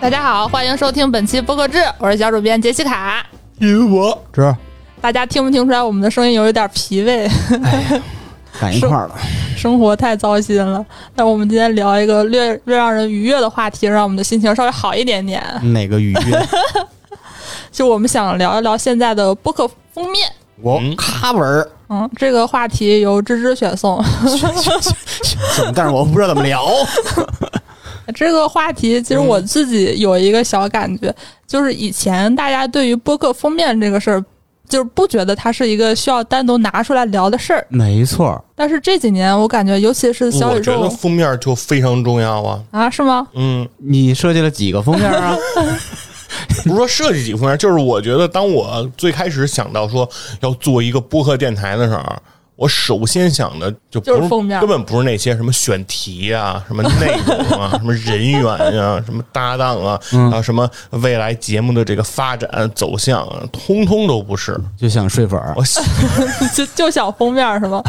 大家好，欢迎收听本期播客制，我是小主编杰西卡。因我是大家听不听出来我们的声音有一点疲惫， 赶一块儿了，生活太糟心了。那我们今天聊一个略略让人愉悦的话题，让我们的心情稍微好一点点。哪个愉悦？就我们想聊一聊现在的播客封面。我嗯 卡文 儿，嗯，这个话题由芝芝选送。 怎么？但是我不知道怎么聊。这个话题其实我自己有一个小感觉，就是以前大家对于播客封面这个事儿，就是不觉得它是一个需要单独拿出来聊的事儿。 没错，但是这几年我感觉，尤其是小我宇觉得宙封面就非常重要啊。啊，是吗？嗯，你设计了几个封面 啊？ 不是说设计几个封面，就是我觉得当我最开始想到说要做一个播客电台的时候。我首先想的就不就是封面根本不是那些什么选题啊、什么内容 啊、什么人员啊、什么搭档啊，嗯啊什么未来节目的这个发展走向啊，通通都不是。就想睡粉儿，我想 就就想封面 是吗？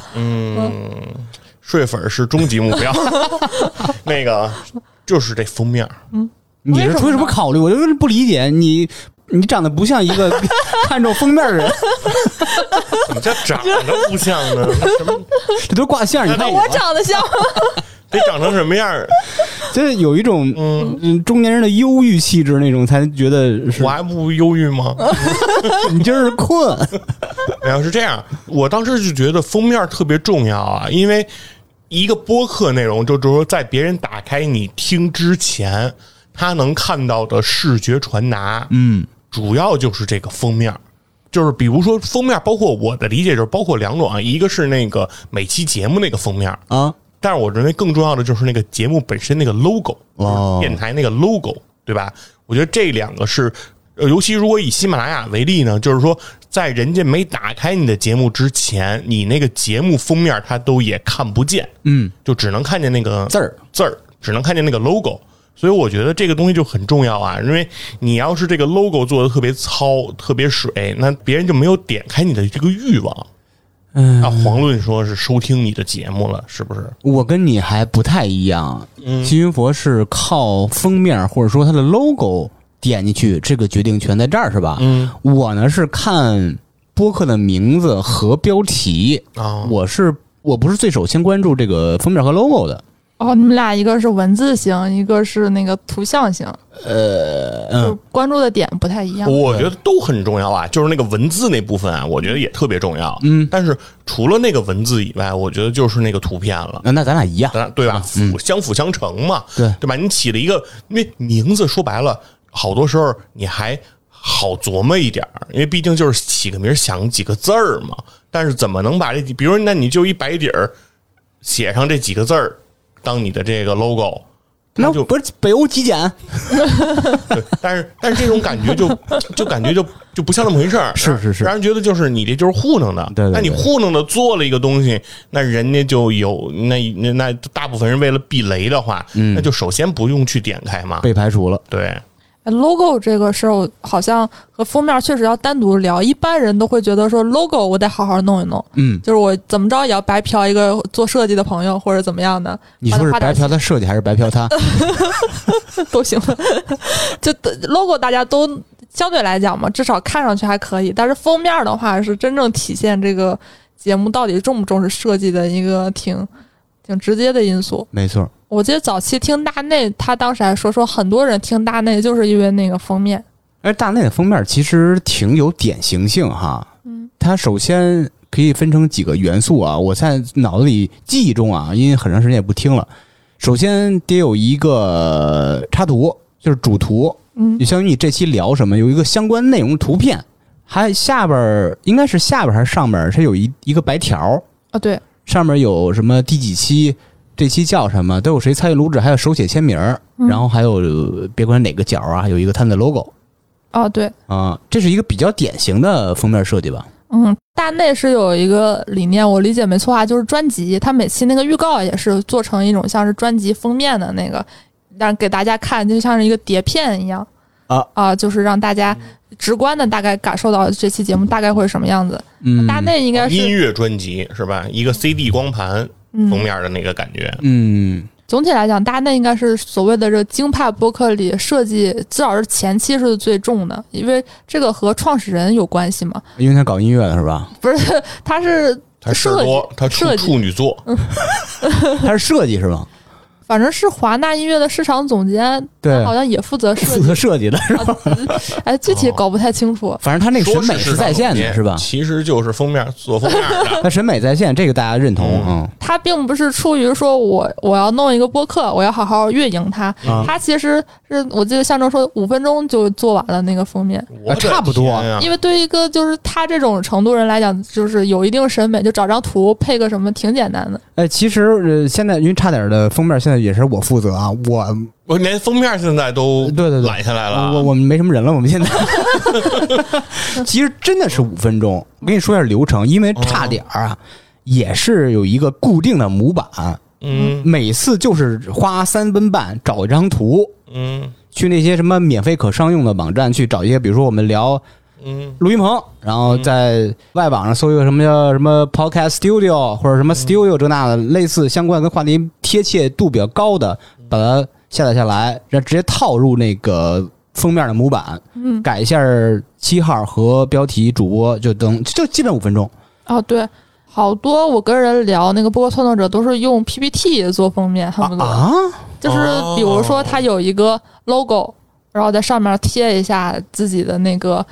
睡粉是终极目 标，那个就是这封面。你为是什么呢出于什么考虑？我就是不理解你，你长得不像一个 看重封面的人， 怎么叫长得不像 呢？什么这都是挂线儿。你 看啊我长得像吗，得长成什么样儿？ 就是有一种嗯嗯中年人的忧郁气质，那种才觉得是我还不忧郁吗？ 你今儿困，然后是这样，我当时就觉得封面特别重要啊，因为一个播客内容，就就是说在别人打开你听之前，他能看到的视觉传达，嗯，主要就是这个封面儿。就是比如说封面儿，包括我的理解就是包括两种啊，一个是那个每期节目那个封面儿，啊，但是我认为更重要的就是那个节目本身那个 logo，、哦电台那个 logo，对吧？我觉得这两个是，呃尤其如果以喜马拉雅为例呢，就是说在人家没打开你的节目之前，你那个节目封面它都也看不见，嗯，就只能看见那个字儿字儿，只能看见那个 logo。所以我觉得这个东西就很重要啊，因为你要是这个 logo 做的特别糙、特别水，那别人就没有点开你的这个欲望。嗯啊，遑论说是收听你的节目了，是不是？我跟你还不太一样，嗯西云佛是靠封面或者说它的 logo 点进去，这个决定权在这儿是吧？嗯，我呢是看播客的名字和标题，啊，我是我不是最首先关注这个封面和 logo 的，哦，你们俩一个是文字型，一个是那个图像型，呃，就是关注的点不太一样。嗯我觉得都很重要啊，就是那个文字那部分啊，我觉得也特别重要。嗯，但是除了那个文字以外，我觉得就是那个图片了。那那咱俩一样，咱对吧？辅相辅相成嘛，对对吧？你起了一个，因为名字说白了，好多时候你还好琢磨一点儿，因为毕竟就是起个名儿想几个字儿嘛。但是怎么能把这，比如那你就一白底儿写上这几个字儿当你的这个 logo，那那就不是北欧极简对， 但是但是这种感觉就就感觉就就不像那么回事儿，啊是是是让人觉得就是你这就是糊弄的，对对对那你糊弄的做了一个东西，那人家就有那那那大部分人为了避雷的话，那就首先不用去点开嘛，嗯被排除了，对，哎 logo 这个事儿，我好像和封面确实要单独聊。一般人都会觉得说 logo 我得好好弄一弄，嗯，就是我怎么着也要白嫖一个做设计的朋友或者怎么样的，你说是白嫖的他设计还是白嫖他？ 都行。就 logo 大家都相对来讲嘛，至少看上去还可以。但是封面的话，是真正体现这个节目到底重不重视设计的一个挺挺直接的因素。没错，我记得早期听大内，他当时还说说很多人听大内就是因为那个封面，而大内的封面其实挺有典型性哈，嗯，它首先可以分成几个元素啊，我在脑子里记忆中啊，因为很长时间也不听了，首先得有一个插图，就是主图，嗯就相当于你这期聊什么，有一个相关内容的图片，还下边儿应该是下边儿还是上边儿，它有一一个白条儿，啊对，上面有什么第几期，这期叫什么，都有谁参与录制，还有手写签名儿，然后还有呃别管哪个角儿啊，有一个他们的 logo。啊对，啊，这是一个比较典型的封面设计吧？嗯，大内是有一个理念，我理解没错啊，就是专辑，它每期那个预告也是做成一种像是专辑封面的那个，让给大家看，就像是一个碟片一样啊就是让大家直观的大概感受到这期节目大概会是什么样子。嗯大内应该哦音是乐专辑是吧？一个 CD 光盘嗯封面的那个感觉，嗯，总体来讲，大家那应该是所谓的这京派播客里设计，至少是前期是最重的，因为这个和创始人有关系嘛。因为他搞音乐的是吧？不是， 他是他事设儿计多，他处设计处女座，嗯他是设计是吧？反正是华纳音乐的市场总监， 对，好像也负责设负 计。 责设计的是吧？哎，具体搞不太清楚。反正他那个说审美是市是场在线总的监是吧？其实就是封面做封面的，他审美在线，这个大家认同。嗯嗯，他并不是出于说我我要弄一个播客，我要好好运营它。 啊他其实是我记得象征说五分钟就做完了那个封面，我的差不多天啊因为对于一个就是他这种程度人来讲，就是有一定审美，就找张图配个什么挺简单的。哎，其实呃，现在因为差点的封面现在也是我负责啊，我我连封面现在都对对对揽下来了。我我们没什么人了，我们现在其实真的是五分钟。我跟你说一下流程，因为差点儿啊，也是有一个固定的模板，嗯每次就是花三分半找一张图，嗯去那些什么免费可商用的网站去找一些，比如说我们聊嗯录音棚，然后在外网上搜一个什么叫什么 Podcast Studio 或嗯者什么 Studio 这那的类似相关跟话题贴切度比较高的，把它下载下来，然后直接套入那个封面的模板，嗯，改一下七号和标题主播，就等就基本五分钟。哦对，好多我跟人聊那个播客创作者都是用 PPT 做封面，恨不得、啊，就是比如说他有一个 logo，然后在上面贴一下自己的那个。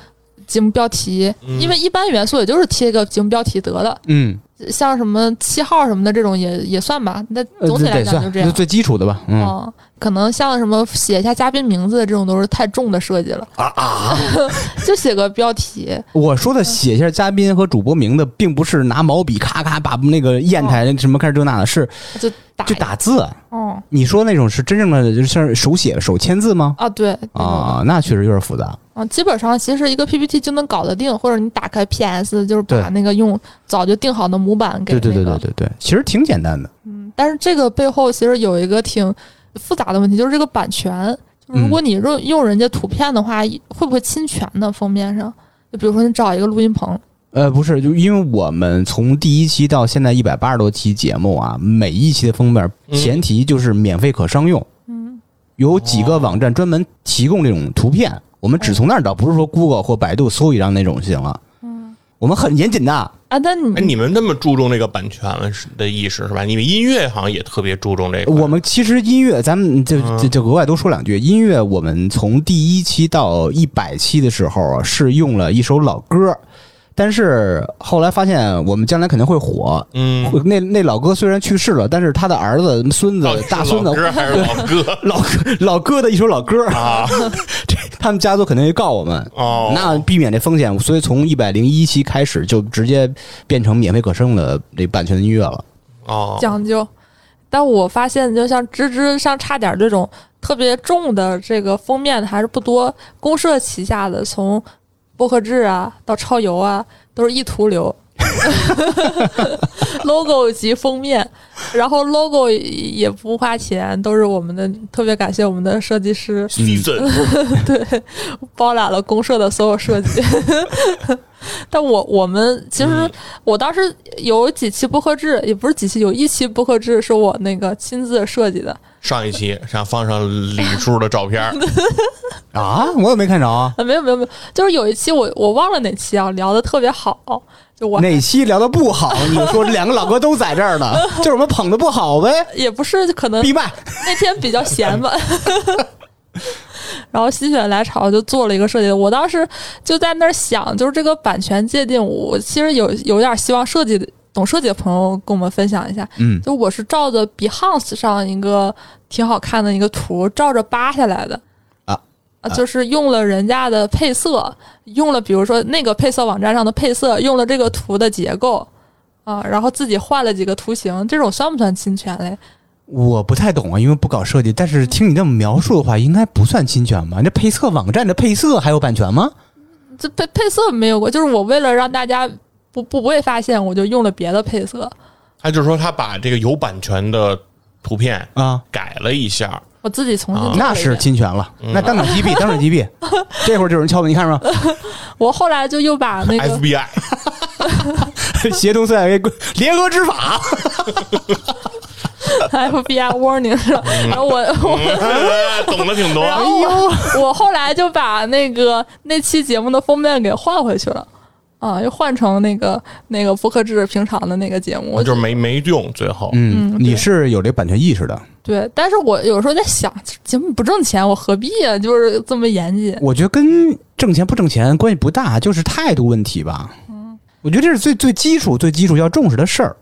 节目标题，嗯因为一般元素也就是贴个节目标题得了，嗯，像什么七号什么的这种也也算吧。那呃总体来得讲就算这样。最基础的吧。嗯嗯，可能像什么写一下嘉宾名字这种都是太重的设计了，啊啊， 就写个标题。我说的写一下嘉宾和主播名字，并不是拿毛笔咔咔把那个砚台那什么开始这那的，是就打就打字。啊哦你说那种是真正的就是手写手签字吗？啊对那种啊，那确实有点复杂。啊，基本上其实一个 PPT 就能搞得定，或者你打开 PS 就是把对那个用早就定好的模板给对那个。对对对对对，其实挺简单的。嗯，但是这个背后其实有一个挺复杂的问题，就是这个版权。就是如果你用用人家图片的话，会不会侵权呢？封面上，就比如说你找一个录音棚，呃，不是，就因为我们从第一期到现在一百八十多期节目啊，每一期的封面嗯前提就是免费可商用，嗯，有几个网站专门提供这种图片，我们只从那儿找，不是说 Google 或百度搜一张那种就行了。嗯，我们很严谨的，啊，那你、哎，你们那么注重这个版权的意识是吧？你们音乐好像也特别注重这个。我们其实音乐，咱们就嗯就就额外多说两句。音乐，我们从第一期到一百期的时候啊是用了一首老歌，但是后来发现我们将来肯定会火。嗯，那那老哥虽然去世了，但是他的儿子、孙子到底、是大孙 老子、歌还是老歌老哥老哥的一首老歌， 啊？他们家族肯定会告我们。哦， 那避免这风险，所以从一百零一期开始就直接变成免费可升的这版权音乐了。哦，讲究。但我发现，就像芝芝、像差点这种特别重的这个封面的还是不多。公社旗下的，从播客制啊到超游啊，都是一图流，logo 及封面，然后 logo 也不花钱，都是我们的。特别感谢我们的设计师地震包揽了公社的所有设计。 但我我们其实我当时有几期播客制，也不是几期，有一期播客制是我那个亲自设计的，上一期想放上李叔的照片儿，啊，我也没看着啊。啊，没有没有没有，就是有一期我我忘了哪期啊，聊的特别好，就我哪期聊的不好？你说这两个老哥都在这儿呢，就是我们捧的不好呗。也不是可能闭麦，那天比较闲吧。 然后心血来潮就做了一个设计，我当时就在那儿想，就是这个版权界定，我其实有有点希望设计的懂设计的朋友跟我们分享一下。嗯，就我是照着 Behance 上一个挺好看的一个图，照着扒下来的啊啊，就是用了人家的配色，用了比如说那个配色网站上的配色，用了这个图的结构啊，然后自己换了几个图形，这种算不算侵权嘞？我不太懂啊，因为不搞设计。但是听你这么描述的话，应该不算侵权吧？这配色网站的配色还有版权吗？这配配色没有过，就是我为了让大家不不不会发现，我就用了别的配色，他就说他把这个有版权的图片啊，改了一下，我自己重新做啊了一遍、那是侵权了，那当场击毙，当场击毙。这会儿就有人敲门，你看着吗？我后来就又把 那个 FBI 协同 CIA 联合执法。 FBI warning 是吧？然后我我。嗯懂得挺多。然后我我后来就把那个那期节目的封面给换回去了，啊，又换成那个那个播客制平常的那个节目。我啊就是没没用，最后嗯，你是有这版权意识的。对，但是我有时候在想，这节目不挣钱，我何必呀、就是这么严谨。我觉得跟挣钱不挣钱关系不大，就是态度问题吧。嗯，我觉得这是最最基础、最基础要重视的事儿。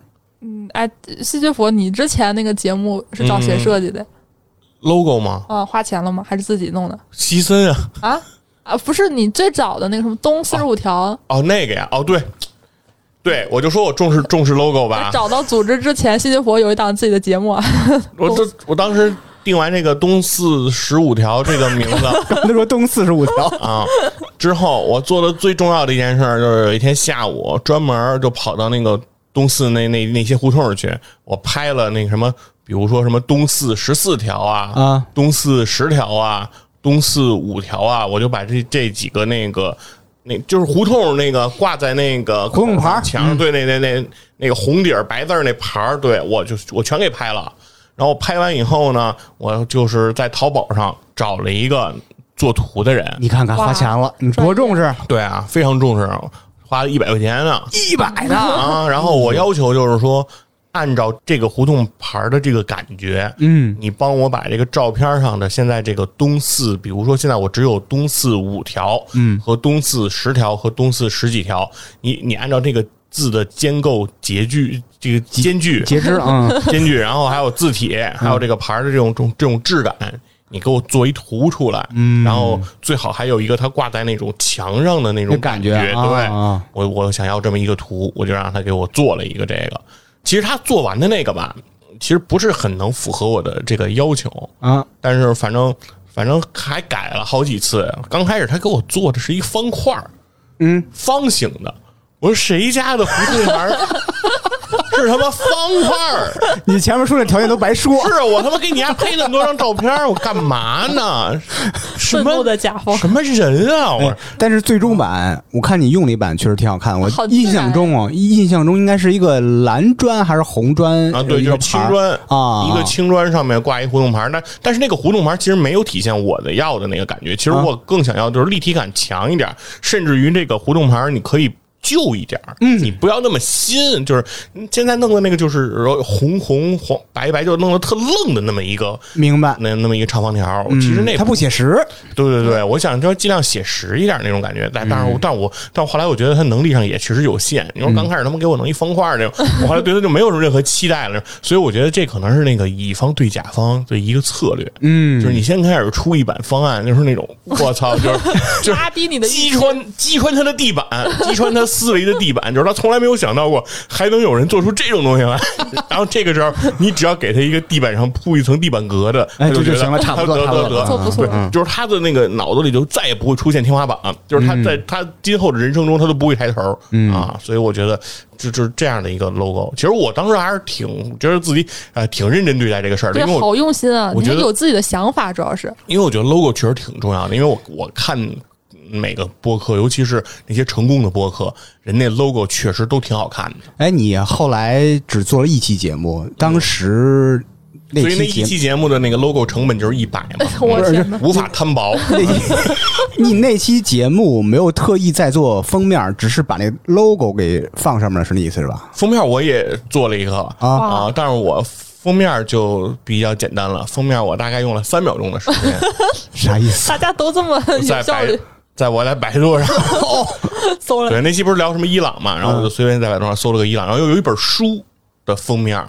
嗯哎，西西弗，你之前那个节目是找谁设计的？ logo 吗？啊，花钱了吗？还是自己弄的？西森啊，啊啊，不是你最早的那个什么东四十五条，哦那个呀，哦对，对我就说我重视重视 logo 吧。找到组织之前，西西弗有一档自己的节目啊，我这我当时定完这个东四十五条这个名字 他说东四十五条，啊之后，我做的最重要的一件事儿就是有一天下午专门就跑到那个东四那那那些胡同儿去，我拍了那个什么，比如说什么东四十四条啊，啊东四十条啊，东四五条啊，我就把这这几个那个。那就是胡同儿那个挂在那个胡同牌儿嗯墙上，对，那那那那个红底儿白字儿那牌儿，对我就我全给拍了。然后拍完以后呢，我就是在淘宝上找了一个做图的人，你看看哇花钱了，你多重视？对啊，非常重视，花了一百块钱呢一百呢？啊。然后我要求就是说，按照这个胡同牌的这个感觉，嗯，你帮我把这个照片上的现在这个东四，比如说现在我只有东四五条，嗯，和东四十条和东四十几条，你你按照这个字的间构截距，这个间距 截肢啊， 嗯间距，然后还有字体，还有这个牌儿的这种这种这种质感，你给我做一图出来，嗯，然后最好还有一个它挂在那种墙上的那这种感觉，觉啊对，啊我我想要这么一个图，我就让他给我做了一个这个。其实他做完的那个吧，其实不是很能符合我的这个要求，啊，但是反正反正还改了好几次。刚开始他给我做的是一方块儿，嗯，方形的。我说谁家的胡同牌儿 是他妈方块儿？你前面说的条件都白说。 是啊我他妈给你家拍那么多张照片儿，我干嘛呢？什愤怒么的甲方。什么人啊？我哎但是最终版，我看你用了一版确实挺好看。我好自然印象中哦，印象中应该是一个蓝砖还是红砖啊，对，一就个是牌青儿砖啊，一个青砖上面挂一胡同牌儿，但但是那个胡同牌儿其实没有体现我的要的那个感觉，其实啊我更想要就是立体感强一点儿，甚至于这个胡同牌儿你可以。旧一点儿，嗯，你不要那么新，就是现在弄的那个就是红红黄白白，就弄得特愣的那么一个明白。那那么一个长方条儿。嗯其实那它不写实，对对对，我想就尽量写实一点那种感觉，但嗯但是我但我但后来我觉得他能力上也确实有限。你说刚开始他们给我弄一方块儿 这种，我后来对他就没有任何期待了。所以我觉得这可能是那个乙方对甲方的一个策略，嗯就是你先开始出一版方案，就是 那种我操，就是就是拉低你的击预期穿击穿他的 地板，击穿他思维的地板，就是他从来没有想到过还能有人做出这种东西 来。然后这个时候，你只要给他一个地板上铺一层地板革的，哎他就这就觉得行了差不多得差不得多嗯得，不错不错对，就是他的那个脑子里就再也不会出现天花板，就是他在他今后的人生中他都不会抬头嗯啊，所以我觉得就就是这样的一个 logo。其实我当时还是挺觉得自己呃挺认真对待这个事儿的，对因为，我好用心啊！我你觉还得有自己的想法，主要是，因为我觉得 logo 确实挺重要的，因为我我看每个播客，尤其是那些成功的播客，人那 logo 确实都挺好看的。哎，你后来只做了一期节目，当时那嗯所以期那一节目，期节目的那个 logo 成本就是一百嘛 我天哪！无法摊薄。 你那期节目没有特意在做封面，只是把那 logo 给放上面了，是那意思是吧？封面我也做了一个啊哇但是我封面就比较简单了，封面我大概用了三秒钟的时间， 啥意思？大家都这么有在效百率在我在百度上， 搜了对，那期不是聊什么伊朗嘛，然后嗯我就随便在百度上搜了个伊朗，然后又有一本书的封面，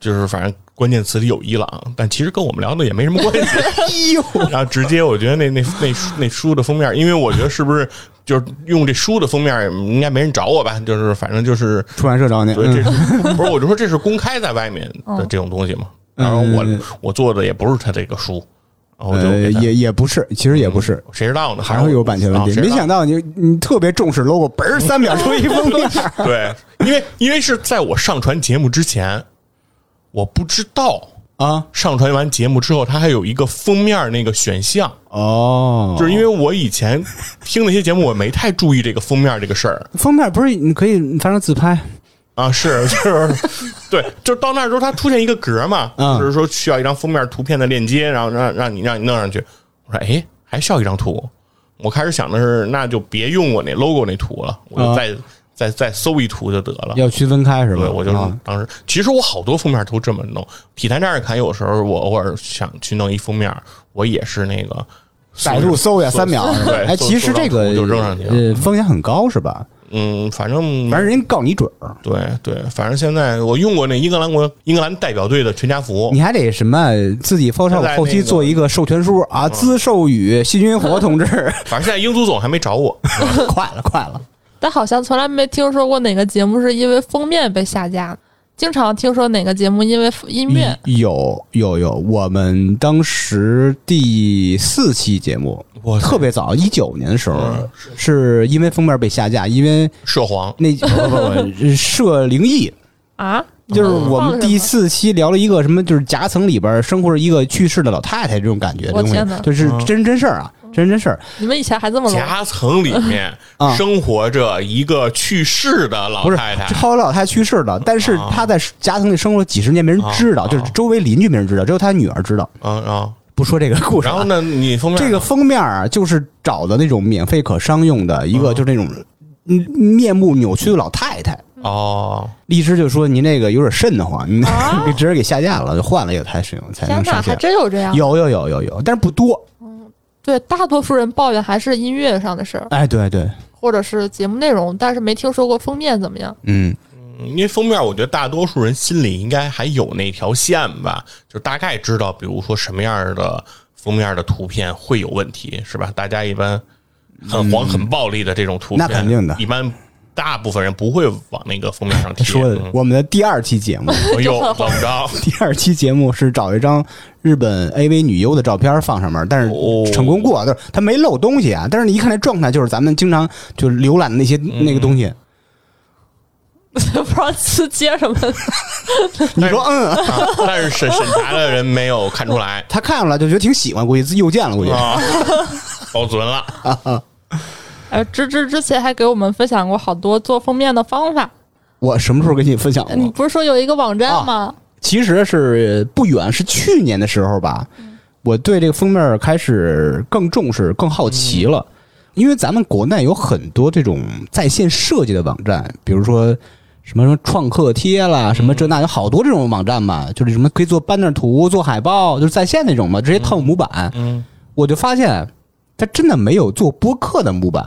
就是反正关键词里有伊朗，但其实跟我们聊的也没什么关 系。哎呦，然后直接我觉得那那那书那书的封面，因为我觉得是不是就是用这书的封面，应该没人找我吧？就是反正就是 出版社找你，对，这嗯是不是我就说这是公开在外面的这种东西嘛？嗯然后我嗯我做的也不是他这个书，然后我就呃，给嗯他也也不是，其实也不是，谁知道呢？还会有版权问啊题。谁知没道想到你你特别重视 logo，嘣儿三秒出一封面， 对，因为因为是在我上传节目之前，我不知道啊，上传完节目之后，它还有一个封面那个选项，哦，就是因为我以前听那些节目，我没太注意这个封面这个事儿。封面不是你可以发成自拍，啊，是 是，对，就是到那之后，它出现一个格嘛，嗯就是说需要一张封面图片的链接，然后让让你让你弄上去。我说，哎，还需要一张图。我开始想的是，那就别用我那 logo 那图了，我就啊再、再再搜一图就得了。要区分开是吧？对，我就是啊当时，其实我好多封面都这么弄。体坛战士看，有时候我偶尔想去弄一封面，我也是那个百度搜一下三秒是吧对，哎，搜其实搜张这个图就扔上去了。呃，风险很高是吧？嗯，哦反正反正人家告你准儿，对对，反正现在我用过那英格兰国英格兰代表队的全家福，你还得什么自己 Photoshop 后期做一个授权书嗯啊，兹授予细菌活同志，反正现在英足总还没 找我。快了快了，但好像从来没听说过哪个节目是因为封面被下架的。经常听说哪个节目因为音乐，有有有，我们当时第四期节目哇塞特别早，一九年的时候嗯是因为封面被下架，因为涉黄， 那不不不涉灵异。啊，就是我放们了第什么四期聊了一个什么，就是夹层里边生活着一个去世的老太太，这种感觉，我这天种哪东西就是嗯真真事儿啊，真真事儿。你们以前还这么弄？夹层里面啊生活着一个去世的老不是太太，这后来老太太去世了，但是啊她在夹层里生活了几十年，没人知道，啊就是周围邻居没人知道，只有她女儿知道。嗯啊，不说这个故事然了后啊，呢，你封面这个封面啊，就是找的那种免费可商用的一个，嗯就是那种嗯面目扭曲的老太太。哦，律师就说：“您这个有点瘆得慌，您啊 给直接给下架了，就换了一个才使用，才天能哪，上还线。真有这样！有有有有有，但是不多。对，大多数人抱怨还是音乐上的事儿，哎，对对，或者是节目内容，但是没听说过封面怎么样。嗯，嗯因为封面，我觉得大多数人心里应该还有那条线吧，就大概知道，比如说什么样的封面的图片会有问题，是吧？大家一般很黄、很暴力的这种图嗯片，那肯定的一般大部分人不会往那个封面上贴。说的 嗯我们的第二期节目， 哎呦，怎么 着？第二期节目是找一张日本 AV 女优的照片放上面，但哦是成功过，就是她没漏东西啊。但是你一看那状态，就是咱们经常就是浏览的那些那个东西。不知道是接什么，你说嗯，啊但是审审查的人没有看出来她看出来就觉得挺喜欢，估计自右键了，估计。啊， 保存了。呃，芝芝之前还给我们分享过好多做封面的方法。我什么时候跟你分哦享你过？不是说有一个网啊站吗？其实是不远，是去年的时候吧。嗯我对这个封面开始更重视、更好奇了，因为咱们国内有很多这种在线设计的网站，比如说什么什么创客贴嗯啦，什么这那，有好多这种网站嘛，就是什么可以做 banner 图、做海报，就是在线那种嘛，直接套模板。嗯，我就发现，它真的没有做播客的模板。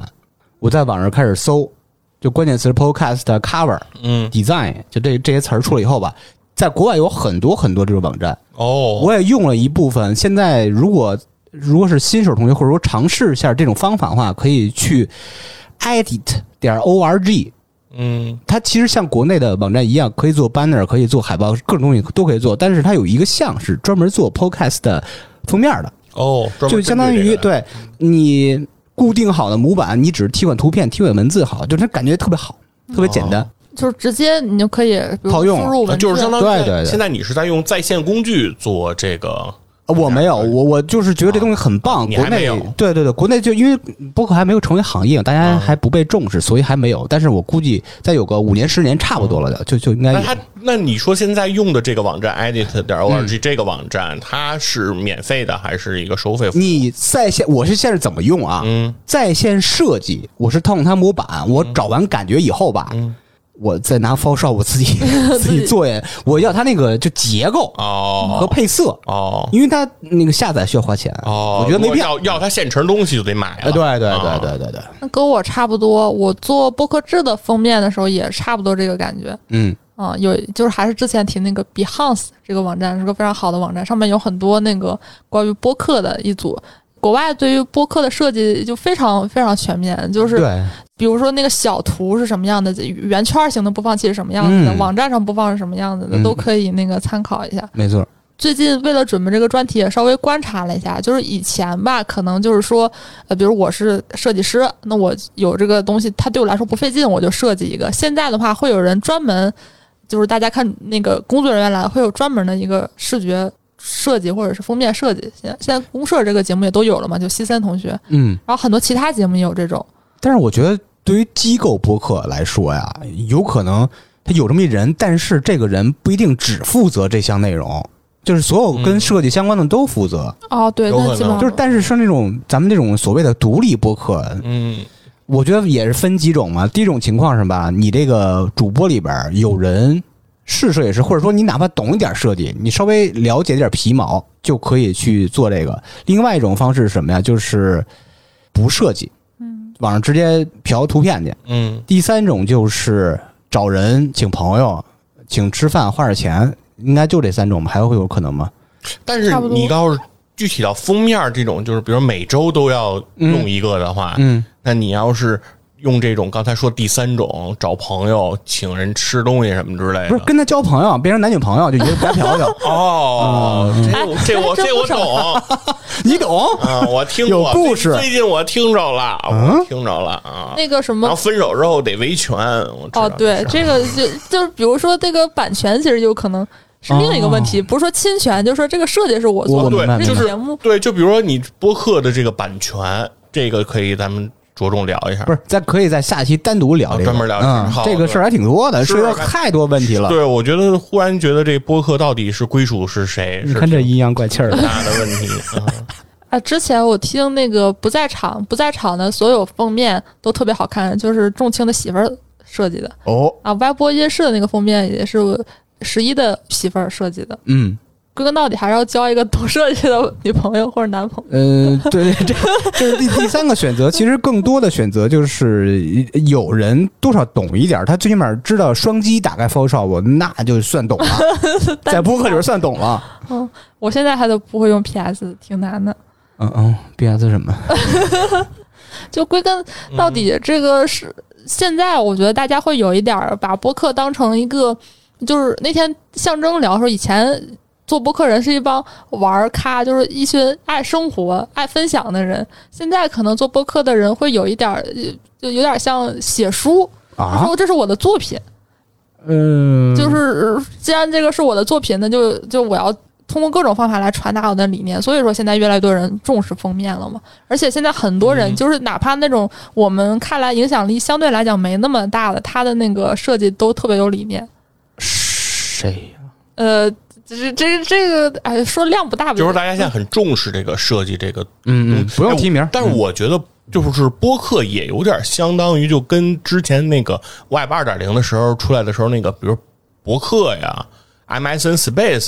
我在网上开始搜，就关键词 podcast 啊 cover，嗯， design，就这这些词儿出来以后吧，在国外有很多很多这种网站，哦，我也用了一部分。现在如果如果是新手同学，或者说尝试一下这种方法的话，可以去 edit 点 org。嗯，它其实像国内的网站一样，可以做 banner，可以做海报，各种东西都可以做。但是它有一个项是专门做 podcast 的封面的，哦，专门就相当针于这个对你固定好的模板，你只是替换图片、替换文字好，就是它感觉特别好，特别哦简单。就是直接你就可以，比如好用输入文字，啊就是相当于对对对现在你是在用在线工具做这个啊啊我没有，我我就是觉得这东西很棒。你国还没内有啊对对对，国内就因为播客还没有成为行业，大家还不被重视，所以还没有。但是我估计再有个五年十年差不多了的，就就应该有那。它那你说现在用的这个网站 edit 点嗯 org 这个网站，它是免费的还是一个收费服务？你在线，我是现在怎么用啊？嗯在线设计，我是套用它模板，我找完感觉以后吧，嗯我再拿 Photoshop 我 自己自己做呀。我要它那个就结构和哦配色，哦因为它那个下载需要花钱，哦，我觉得没必要。要要它现成东西就得买哎，了。对对对啊对对对，那跟我差不多。我做播客制的封面的时候也差不多这个感觉。嗯，啊、有就是还是之前提那个 Behance 这个网站是个非常好的网站，上面有很多那个关于播客的一组。国外对于播客的设计就非常非常全面，就是对，比如说那个小图是什么样的，圆圈型的播放器是什么样子的，嗯网站上播放是什么样子的，嗯都可以那个参考一下。没错，最近为了准备这个专题，也稍微观察了一下，就是以前吧，可能就是说，呃，比如我是设计师，那我有这个东西，它对我来说不费劲，我就设计一个。现在的话，会有人专门，就是大家看那个工作人员来，会有专门的一个视觉设计或者是封面设计。现在现在公社这个节目也都有了嘛，就西森同学，嗯。然后很多其他节目也有这种。但是我觉得，对于机构播客来说呀，有可能他有这么一人，但是这个人不一定只负责这项内容，就是所有跟设计相关的都负责。哦，对，有可那能基本上就是，但是像那种咱们这种所谓的独立播客，嗯，我觉得也是分几种嘛。第一种情况是吧，你这个主播里边儿有人是设计师，或者说你哪怕懂一点设计，你稍微了解点皮毛就可以去做这个。另外一种方式是什么呀？就是不设计，嗯，网上直接嫖图片去。嗯第三种就是找人请朋友，请吃饭花点钱，应该就这三种吧？还会有可能吗？但是差不多你要是具体到封面儿这种，就是比如每周都要用一个的话，嗯，那你要是用这种刚才说第三种，找朋友请人吃东西什么之类不是的。跟他交朋友，变成男女朋友就一个白 嫖去，哦，啊这我这我哎真这我不少懂你懂？ 啊，我听有过故最事最近我听着了，我听着了啊。那个什然么后。分手之后得维权，我知道哦，对，啊是这个就就是比如说这个版权，其实有可能是另一个问题，不是说侵权，就是说这个设计是我哦我做明的，白对，这就个是节目对，就比如说你播客的这个版权，这个可以咱们着重聊一下。不是，咱可以在下期单独聊这个，哦专门聊嗯好，这个事儿还挺多的，是啊涉及到太多问题了。对，我觉得忽然觉得这播客到底是归属是谁，你是看这挺阴阳怪气儿的，大的问题。 嗯啊。之前我听那个不在场，不在场的所有封面都特别好看，就是仲青的媳妇儿设计的哦，啊。歪播夜市的那个封面也是我十一的媳妇儿设计的。嗯，归根到底还是要交一个懂设计的女朋友或者男朋友。呃，对，这这是第第三个选择。其实更多的选择就是有人多少懂一点儿，他最起码知道双击打开 Photoshop，那就算懂了，在播客里边算懂了。我现在还都不会用 PS，挺难的。嗯嗯，B S 什么？就归根嗯到底，这个是、现在我觉得大家会有一点儿把播客当成一个，就是那天象征聊说以前。做播客人是一帮玩儿咖，就是一群爱生活、爱分享的人。现在可能做播客的人会有一点儿，呃就有点像写书，啊说这是我的作品，嗯，就是呃既然这个是我的作品，那就就我要通过各种方法来传达我的理念。所以说，现在越来越多人重视封面了嘛，而且现在很多人嗯就是哪怕那种我们看来影响力相对来讲没那么大的，他的那个设计都特别有理念。谁呀？呃，这这这个，哎，说量不大，就是大家现在很重视这个设计这个嗯嗯，不用提名儿，但是哎我觉得就是播客也有点相当于就跟之前那个 Web 二点零的时候出来的时候那个，比如博客呀、MSN Space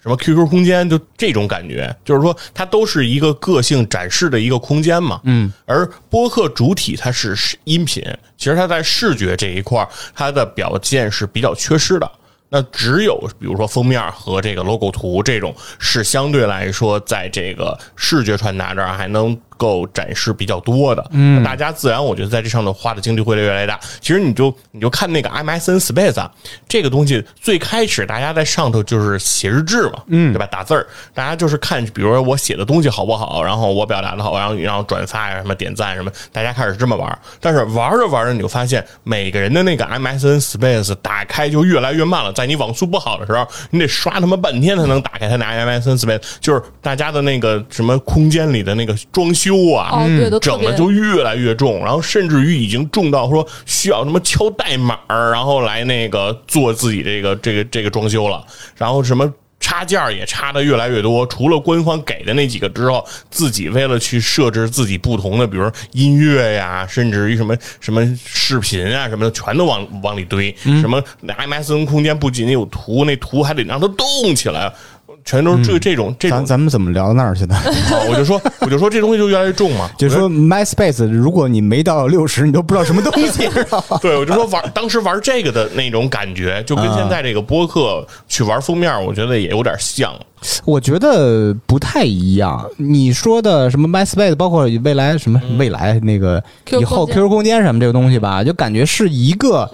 什么 QQ 空间，就这种感觉，就是说它都是一个个性展示的一个空间嘛。嗯，而播客主体它是视音频，其实它在视觉这一块儿它的表现是比较缺失的。那只有比如说封面和这个 logo 图这种是相对来说在这个视觉传达这儿还能够展示比较多的，嗯，大家自然我觉得在这上头花的精力会越来越大。其实你就你就看那个 MSN Space 啊，这个东西最开始大家在上头就是写日志嘛，嗯，对吧？打字儿，大家就是看，比如说我写的东西好不好，然后我表达的好，然后你让转发呀、什么点赞什么，大家开始这么玩儿。但是玩着玩着，你就发现每个人的那个 MSN Space 打开就越来越慢了。在你网速不好的时候，你得刷他妈半天才能打开他那 MSN Space，就是大家的那个什么空间里的那个装修啊，哦，对，都特整别的就越来越重，然后甚至于已经重到说需要什么敲代码儿，然后来那个做自己这个这个这个装修了，然后什么。插件儿也插的越来越多，除了官方给的那几个之后，自己为了去设置自己不同的，比如音乐呀，甚至于什么什么视频啊什么的，全都往往里堆。嗯什么那 MSN 空间不仅有图，那图还得让它动起来，全都是这这种这嗯种咱。咱们怎么聊到那儿去的？啊我就说我就说这东西就越来越重嘛， 就说 MySpace，如果你没到六十，你都不知道什么东西，是吧？对，我就说玩当时玩这个的那种感觉，就跟现在这个播客去玩封面，我觉得也有点像。我觉得不太一样。你说的什么 MySpace，包括未来什么未来那个 QQ 以嗯后空间 QQ 空间什么这个东西吧，就感觉是一个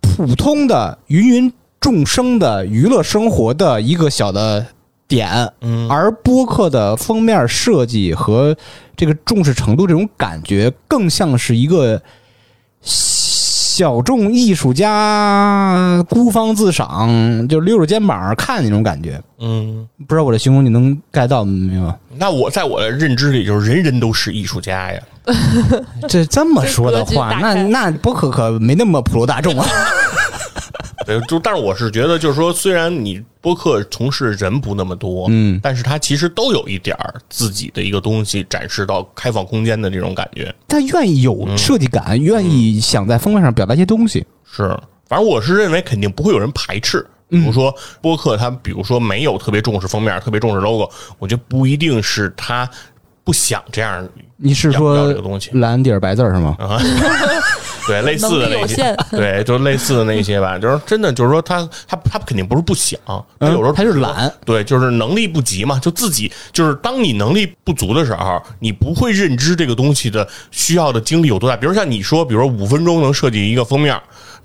普通的芸芸众生的娱乐生活的一个小的点。嗯而播客的封面设计和这个重视程度，这种感觉更像是一个小众艺术家孤芳自赏，就溜着肩膀看那种感觉。嗯，不知道我这形容你能 get 到没 有？那我在我的认知里，就是人人都是艺术家呀。这这么说的话，这格局打那开 那播客可没那么普罗大众啊。对，就但是我是觉得，就是说，虽然你播客从事人不那么多，嗯但是它其实都有一点儿自己的一个东西展示到开放空间的这种感觉。他愿意有设计感，愿意想在封面上表达一些东西。是，反正我是认为肯定不会有人排斥。比如说播客，它比如说没有特别重视封面，特别重视 logo，我觉得不一定是他不想这样，你是要不要说这个东西嗯蓝底儿白字儿是吗？对类似能的力那有些限，对，就类似的那些吧。就是真的，就是说他他他肯定不是不想，他有时候嗯他就是懒，对，就是能力不及嘛，就自己就是当你能力不足的时候，你不会认知这个东西的需要的精力有多大。比如像你说，比如说五分钟能设计一个封面，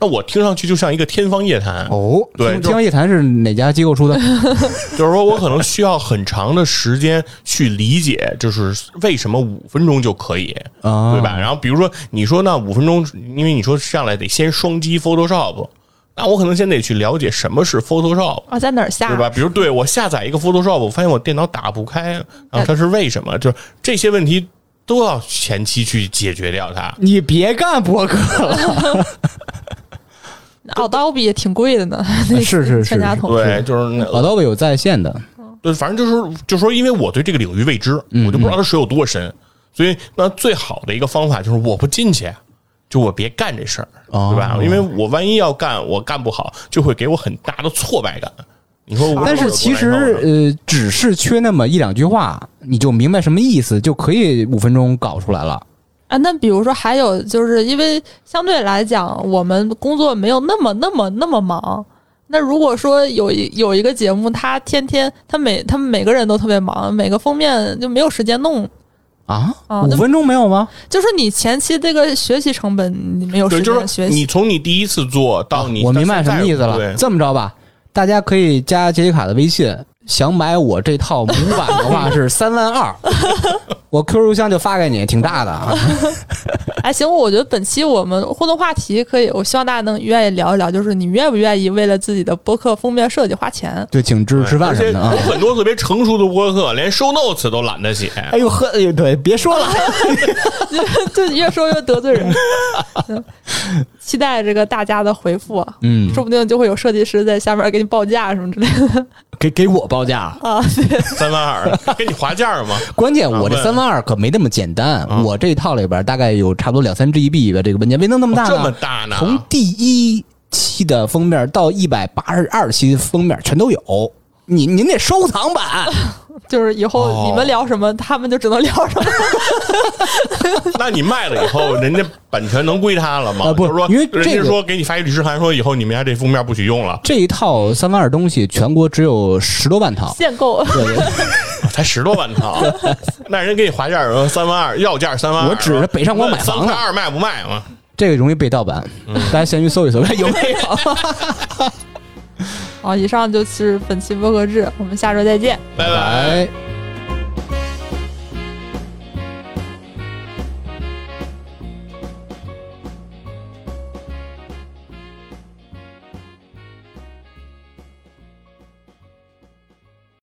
那我听上去就像一个天方夜谭。哦，对天方夜谭是哪家机构出的？ 就是说我可能需要很长的时间去理解，就是为什么五分钟就可以，啊对吧？然后比如说你说那五分钟，因为你说上来得先双击 Photoshop，那我可能先得去了解什么是 Photoshop。啊，在哪儿下对？吧？比如对我下载一个 Photoshop，我发现我电脑打不开，然后它是为什么？就是这些问题都要前期去解决掉它。你别干博客了，奥刀比也挺贵的呢，那 是是是全家桶哎对，就是那老道位有在线的，对，反正就是就是说，因为我对这个领域未知，嗯我就不知道它水有多深，所以那最好的一个方法就是我不进去，就我别干这事儿，哦对吧？因为我万一要干，我干不好，就会给我很大的挫败感。你说我有多但难受呢，是其实呃，只是缺那么一两句话，你就明白什么意思，就可以五分钟搞出来了。啊。那比如说还有就是因为相对来讲，我们工作没有那么那么那么忙。那如果说有一有一个节目，他天天他每他们每个人都特别忙，每个封面就没有时间弄，啊，哦五那分钟没有吗？就是你前期这个学习成本你没有对，时就是间说学习你。从你第一次做到哦你，我明白什么意思对了。，这么着吧，大家可以加杰西卡的微信，想买我这套模板的话是三万二，我 QQ 邮箱就发给你，挺大的啊。哎，行，我觉得本期我们互动话题可以，我希望大家能愿意聊一聊，就是你愿不愿意为了自己的播客封面设计花钱？对，请支持而饭什且么的啊有。很多特别成熟的播客，连 show notes 都懒得写。哎呦呵，哎呦对，别说了， 就越说越得罪人。嗯期待这个大家的回复啊，嗯，说不定就会有设计师在下面给你报价什么之类的 给给我报价。啊。对，三 万二，给你划价吗？关键我这啊问啊三万二可没那么简单，我这一套里边大概有差不多两三 GB 的这个文件，没能那么大呢。哦这么大呢？从第一期的封面到一百八十二期封面全都有。你您得收藏版，就是以哦后你们聊什么，他们就只能聊什么。 那你卖了以后，人家版权能归他了吗？啊不就是说因为这个人家说给你发一律师函，说以后你们家这封面不许 用了，这一套三万二东西，全国只有十多万套。限 购，对对，才十多 万套，那人给你划价儿三万二，要价三万二。我指着北上广买三房块呢，二卖不卖嘛？这个容易被盗版，大家闲鱼搜一搜看有没有。哦好，以上就是本期播客志，我们下周再见。拜拜。拜。